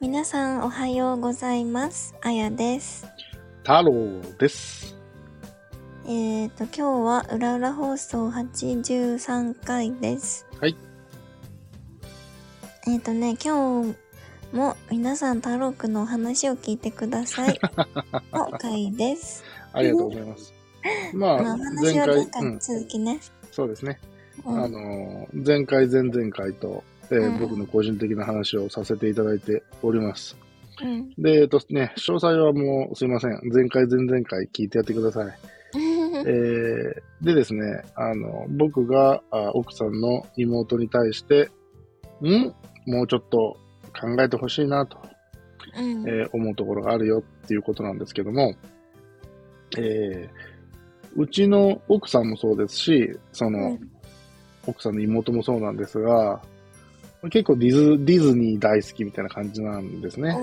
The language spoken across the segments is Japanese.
皆さんおはようございます。あやです。太郎です。えっ、と、今日はうらうら放送83回です。はい。えっ、とね、今日も皆さん太郎くんのお話を聞いてくださ い。の回です。ありがとうございます。まあまあ、お、話前は回、前回うのん、続きね。そうですね。うんあのー、前回、前々回と、えーうん僕の個人的な話をさせていただいております。うん。で、えっとね、詳細はもうすいません。前回、前々回聞いてやってください。えーでですね、あの、僕があ奥さんの妹に対して、んもうちょっと考えてほしいなと、うん。えー思うところがあるよっていうことなんですけども、えーうちの奥さんもそうですし、その、うん奥さんの妹もそうなんですが、結構ディズディズニー大好きみたいな感じなんですね。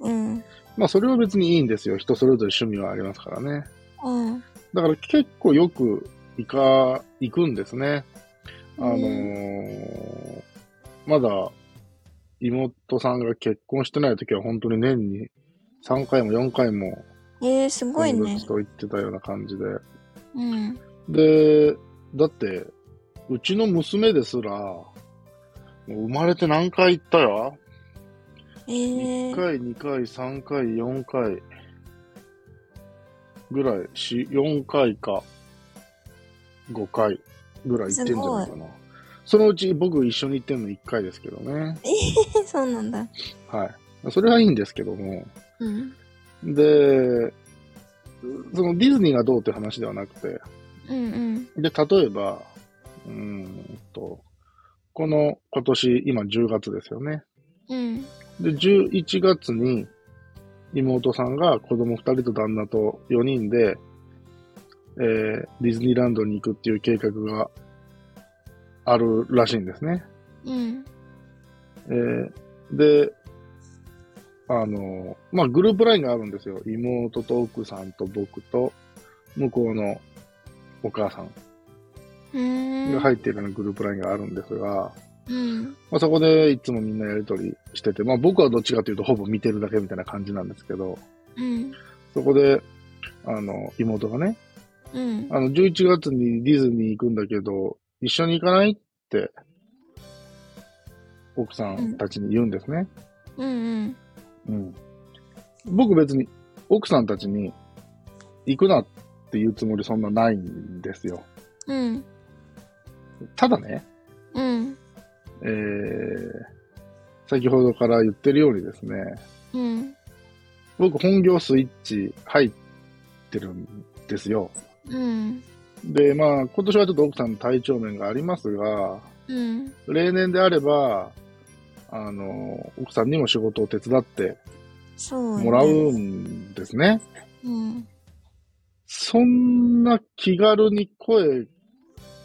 うん。まあそれは別にいいんですよ。人それぞれ趣味はありますからね。うん。だから結構よく行か、行くんですね。あのーまだ妹さんが結婚してない時は本当に年に3回も4回もえー、すごい友ね達。と行ってたような感じで。うん。で、だって、うちの娘ですら、もう生まれて何回行ったよえ ?1 ー、回、2回、3回、4回ぐらい、し4回か5回ぐらい行ってんじゃないかな。そのうち僕一緒に行ってんの1回ですけどね。 そうなんだ。はい。それはいいんですけども。うん。で、そのディズニーがどうっていう話ではなくて、うんうん。で、例えば、うーんと、この今年、今10月ですよね。うん。で、11月に妹さんが子供2人と旦那と4人で、えーディズニーランドに行くっていう計画があるらしいんですね。うん。えーで、あの、まあ、グループラインがあるんですよ。妹と奥さんと僕と向こうのお母さんうーん。が入っているようなグループラインがあるんですが、うん。まあ、そこでいつもみんなやりとりしてて、まあ、僕はどっちかというとほぼ見てるだけみたいな感じなんですけど、うん。そこで、あの、妹がね、うん。あの、11月にディズニー行くんだけど、一緒に行かないって、奥さんたちに言うんですね。うん。うん。僕別に奥さんたちに行くなっていうつもりそんなないんですよ。うん。ただね、うん。えー、先ほどから言ってるようにですね、うん。僕本業スイッチ入ってるんですよ。うん。で、まあ今年はちょっと奥さんの体調面がありますが、うん。例年であれば、あの、奥さんにも仕事を手伝ってそう、ね。もらうんですね。うん。そんな気軽に声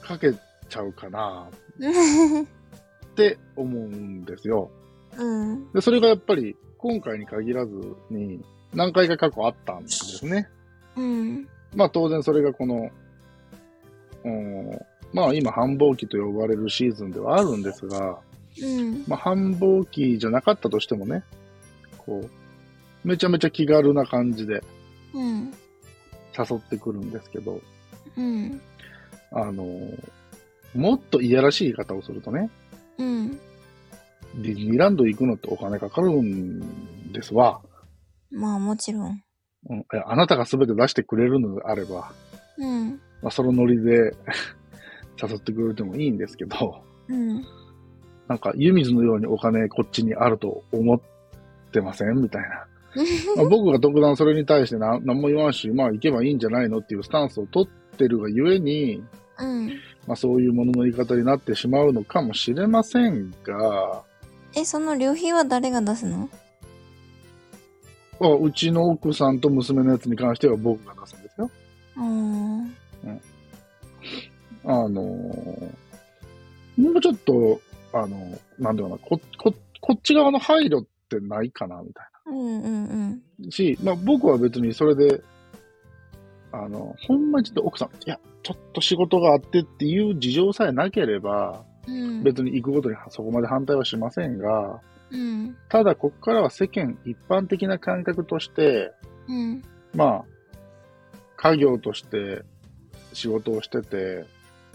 かけちゃうかなって思うんですよ。うん。で、それがやっぱり今回に限らずに何回か過去あったんですね。うん。まあ当然それがこの、うん、まあ今繁忙期と呼ばれるシーズンではあるんですが、うん。まあ繁忙期じゃなかったとしてもね、こう、めちゃめちゃ気軽な感じでうん。誘ってくるんですけど、うん。あの、もっといやらしい言い方をするとね、うん。ディズニーランド行くのってお金かかるんですわ。まあもちろん。うん、いやあなたが全て出してくれるのであれば、うん。まあ、そのノリで 誘ってくれてもいいんですけど、うん。なんか湯水のようにお金こっちにあると思ってませんみたいな。まあ僕が特段それに対して何何も言わんし、まあ行けばいいんじゃないのっていうスタンスを取ってるがゆえに、うん。まあそういうものの言い方になってしまうのかもしれませんが、え、その旅費は誰が出すのまあうちの奥さんと娘のやつに関しては僕が出すんですよ。うん。あのーもうちょっと、あのーなんだろうな、こ、こ、こっち側の配慮ってないかな、みたいうんうんうん。な。し、まあ僕は別にそれで、あの、ほんまにちょっと奥さん、いや、ちょっと仕事があってっていう事情さえなければ、うん。別に行くことにそこまで反対はしませんが、うん。ただ、ここからは世間一般的な感覚として、うん。まあ、家業として仕事をしてて、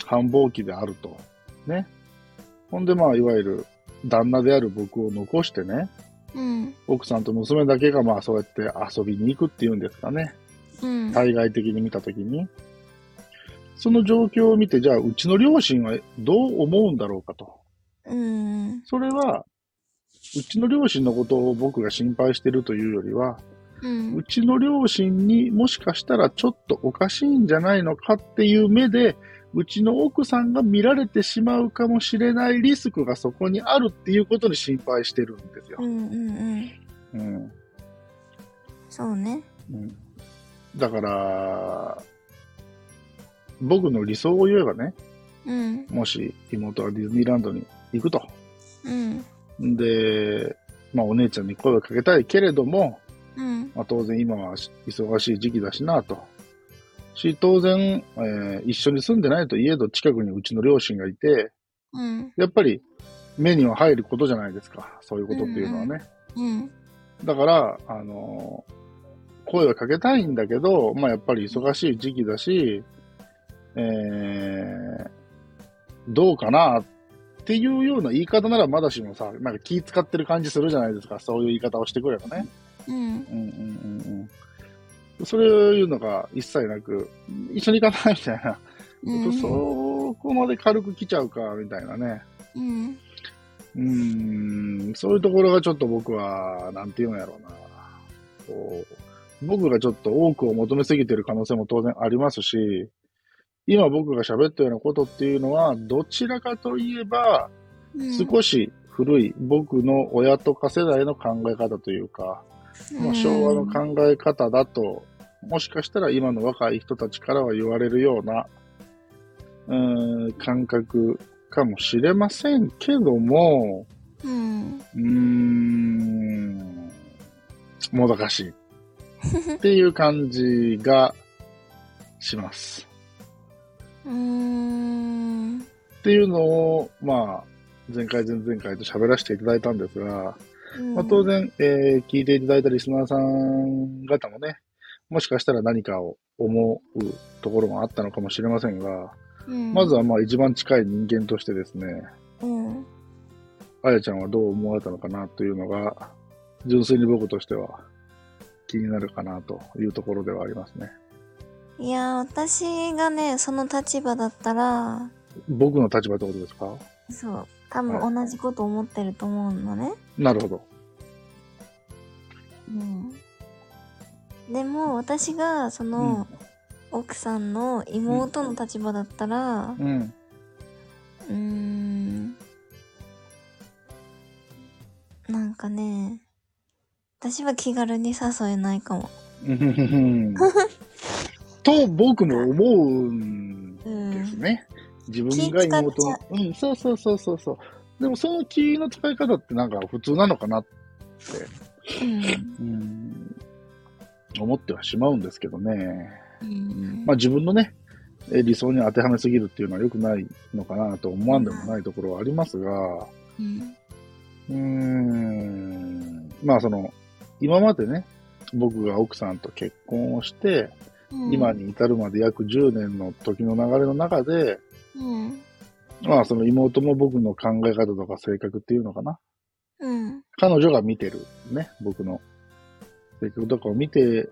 繁忙期であると。ね。ほんで、まあ、いわゆる旦那である僕を残してね、うん。奥さんと娘だけがまあ、そうやって遊びに行くっていうんですかね。うん。対外的に見たときに。その状況を見て、じゃあ、うちの両親はどう思うんだろうかと。うん。それは、うちの両親のことを僕が心配してるというよりは、うんう。ちの両親にもしかしたらちょっとおかしいんじゃないのかっていう目で、うちの奥さんが見られてしまうかもしれないリスクがそこにあるっていうことに心配してるんですよう。ん。うん。うん。そうね。うん、だから、僕の理想を言えばね、うん。もし妹がディズニーランドに行くと。うん。で、まあお姉ちゃんに声をかけたいけれども、うん。まあ、当然今はし忙しい時期だしなと。し、当然、えー一緒に住んでないといえど近くにうちの両親がいて、うん。やっぱり目には入ることじゃないですか。そういうことっていうのはね。うん。だから、あのー声はかけたいんだけど、まあやっぱり忙しい時期だし、えーどうかなっていうような言い方ならまだしもさ、なんか気使ってる感じするじゃないですか。そういう言い方をしてくればね。うん。うんうんうんうん。それを言うのが一切なく、一緒に行かないみたいな、うん。そこまで軽く来ちゃうかみたいなね。うん。うーん、そういうところがちょっと僕は、なんて言うんやろうな。こう僕がちょっと多くを求めすぎてる可能性も当然ありますし、今僕が喋ったようなことっていうのは、どちらかといえば、少し古い僕の親とか世代の考え方というか、まあ、昭和の考え方だと、もしかしたら今の若い人たちからは言われるような、うーん、感覚かもしれませんけども、うん。うーん、もどかしい。っていう感じがします。うん。っていうのを、まあ、前回、前々回と喋らせていただいたんですが、まあ、当。然、えー聞いていただいたリスナーさん方もね、もしかしたら何かを思うところもあったのかもしれませんが、まずはまあ一番近い人間としてですね、うん。あやちゃんはどう思われたのかなというのが、純粋に僕としては気になるかなというところではありますね。いや、私がね、その立場だったら、僕の立場ってことですかそう、多分同じこと思ってると思うのね。なるほど。うん。でも、私が、その、奥さんの妹の立場だったら、うん。うーん。なんかね、私は気軽に誘えないかも。うん。と僕も思うんうん。ですね。自分が気妹使っの。うん、そうそうそうそうそう。でもその気の使い方ってなんか普通なのかなって、うんうん、思ってはしまうんですけどね。うんまあ自分のね、え理想に当てはめすぎるっていうのは良くないのかなと思わんでもないところはありますが、うんうーん、まあその、今までね、僕が奥さんと結婚をして、うん今に至るまで約10年の時の流れの中で、うん。まあその妹も僕の考え方とか性格っていうのかな。うん。彼女が見てるね、僕の性格とかを見て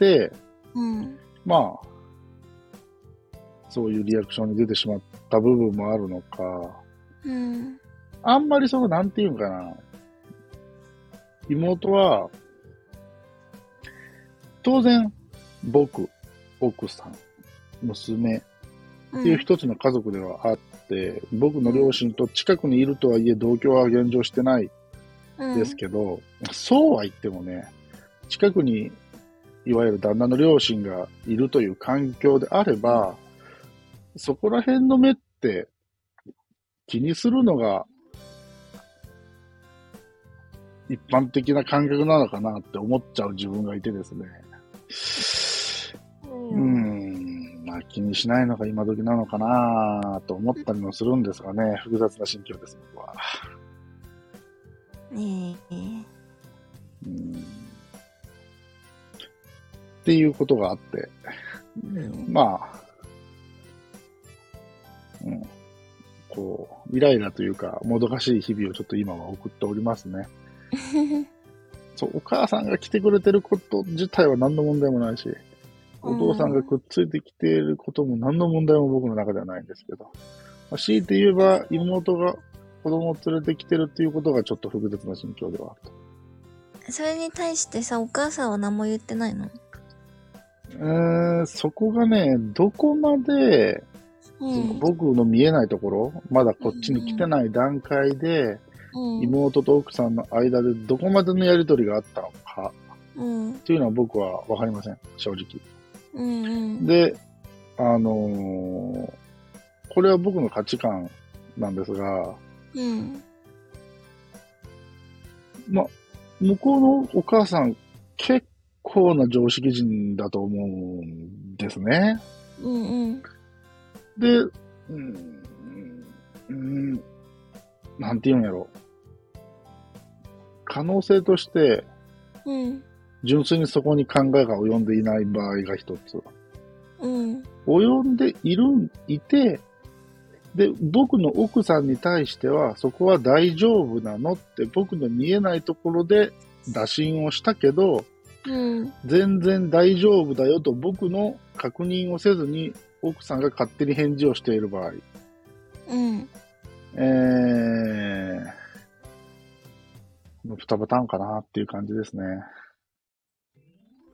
て、うん。まあ、そういうリアクションに出てしまった部分もあるのか、うん。あんまりその、なんていうんかな、妹は、当然、僕、奥さん、娘、うっんていう一つの家族ではあって、僕の両親と近くにいるとはいえ同居は現状してないですけど、そうは言ってもね、近くにいわゆる旦那の両親がいるという環境であれば、そこら辺の目って気にするのが一般的な感覚なのかなって思っちゃう自分がいてですね。うんうーん、まあ気にしないのが今時なのかなと思ったりもするんですがね、複雑な心境です、僕は。ええうんっていうことがあって、うんまあ、うん、こう、イライラというか、もどかしい日々をちょっと今は送っておりますね。そう、お母さんが来てくれてること自体は何の問題もないし、お父さんがくっついてきていることも何の問題も僕の中ではないんですけど、まあ、強いて言えば妹が子供を連れてきてるっていうことがちょっと複雑な心境ではあると。それに対してさ、お母さんは何も言ってないのうーんそこがね、どこまで、その僕の見えないところ、まだこっちに来てない段階で、うん。妹と奥さんの間でどこまでのやりとりがあったのかうん。っていうのは僕はわかりません、正直。うん。うん。で、あのーこれは僕の価値観なんですが、うん。ま、向こうのお母さん、結構な常識人だと思うんですね。うん。で、うん、うん、なんて言うんやろ。可能性として、うん。純粋にそこに考えが及んでいない場合が一つ。うん。及んでいるん、いて、で、僕の奥さんに対しては、そこは大丈夫なのって、僕の見えないところで打診をしたけど、うん。全然大丈夫だよと僕の確認をせずに、奥さんが勝手に返事をしている場合、うん。えー、二パターンかなっていう感じですね。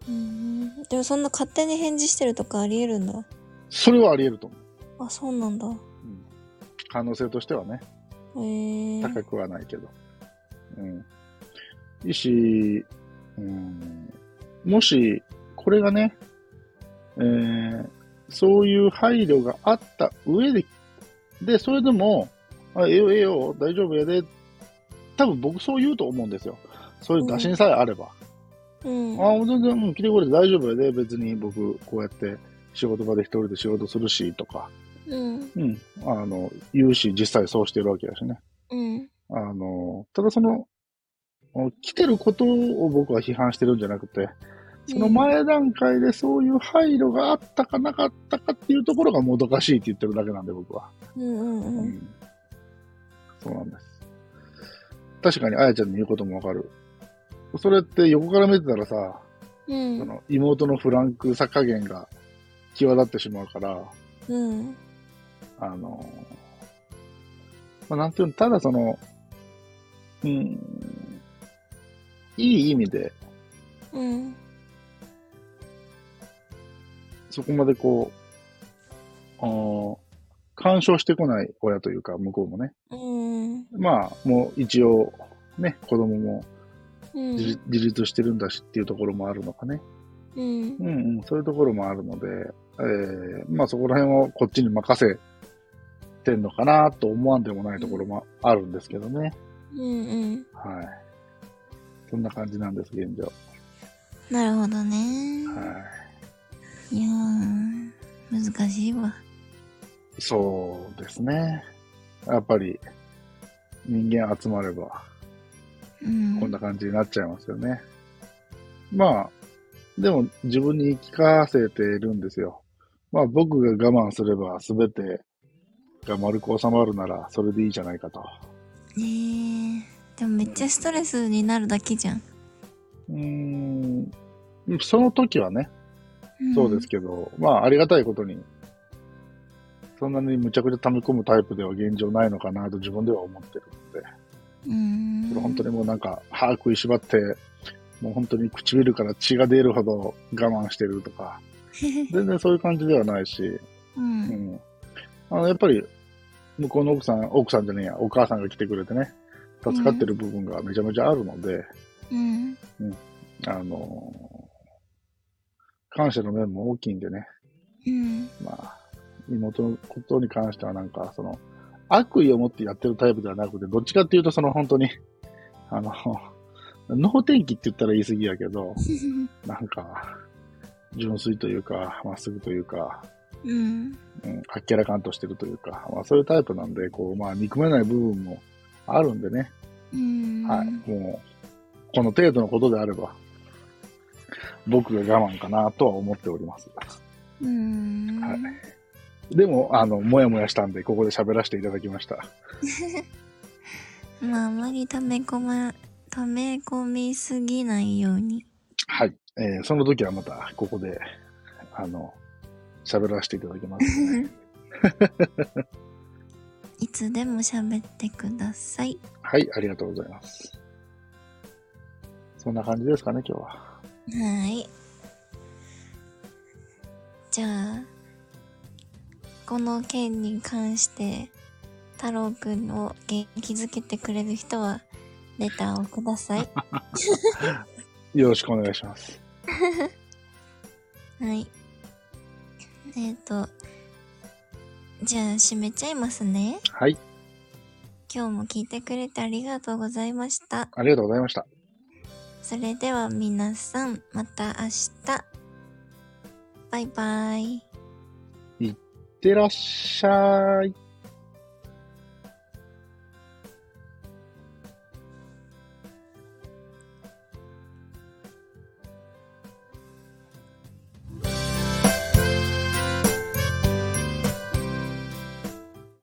うん。でもそんな勝手に返事してるとかありえるんだ。それはあり得ると思う。あ、そうなんだ。うん可能性としてはね。へえ。高くはないけど。うん。いいし、うん、もし、これがね、えーそういう配慮があった上で、で、それでも、あええよええよ、大丈夫やで、多分僕そう言うと思うんですよ。そういう打診さえあれば。うん。ああ、全然、うん、来てくれて大丈夫やで、別に僕、こうやって仕事場で一人で仕事するし、とか、うん。うん、あの、言うし、実際そうしてるわけだしね。うん。あの、ただその、お来てることを僕は批判してるんじゃなくて、その前段階でそういう配慮があったかなかったかっていうところがもどかしいって言ってるだけなんで、僕は。うんうんうん。んそうなんです。確かに、あやちゃんの言うこともわかる。それって横から見てたらさ、うんそ。の妹のフランクさ加減が際立ってしまうから、うん。あの、まあ、なんていうの、ただその、うん、いい意味で、うん。そこまでこう、あー干渉してこない親というか、向こうもね。うん。まあ、もう一応、ね、子供もうん。自自立してるんだしっていうところもあるのかね。うん。うんうん、そういうところもあるので、えーまあそこら辺はこっちに任せてんのかなと思わんでもないところもあるんですけどね。うん。うん。はい。そんな感じなんです、現状。なるほどね。はいやー、難しいわ。い。そうですね。やっぱり、人間集まれば、うん。こんな感じになっちゃいますよね。まあ、でも自分に言い聞かせてるんですよ。まあ僕が我慢すれば全てが丸く収まるならそれでいいじゃないかと。ねえ。でもめっちゃストレスになるだけじゃん。うーん、その時はね、んそうです。けど、まあ、ありがたいことに、そんなにむちゃくちゃ溜め込むタイプでは現状ないのかなと自分では思ってるので、うん。これ本当にもうなんか、歯食いしばって、もう本当に唇から血が出るほど我慢してるとか、全然そういう感じではないし、う。うんん。あの、やっぱり、向こうの奥さん、奥さんじゃねえや、お母さんが来てくれてね、助かってる部分がめちゃめちゃあるので、うん。あのー感謝の面も大きいんでね、うん。まあ、妹のことに関してはなんか、その、悪意を持ってやってるタイプではなくて、どっちかっていうと、その本当に、 あの、脳天気って言ったら言い過ぎやけど、なんか、純粋というか、まっすぐというか、うん。うん、あっけらかんとしてるというか、まあそういうタイプなんで、こう、まあ憎めない部分もあるんでね、うんはい。もう、この程度のことであれば、僕が我慢かなとは思っております。うんはいでも、あの、もやもやしたんで、ここで喋らせていただきました。まああまり溜め込ま溜め込みすぎないよう にはい。えーその時はまた、ここで、あの、喋らせていただ きますので。いつでも喋ってくださいはい、ありがとうございます。そんな感じですかね、今日は。はいじゃあこの件に関して太郎くんを元気づけてくれる人はレターをくだ さいよろしくお願いします。はいえっ、とじゃあ締めちゃいますねはい、今日も聞いてくれてありがとうございましたありがとうございました。それでは皆さん、また明日。バイバイ。いってらっしゃい。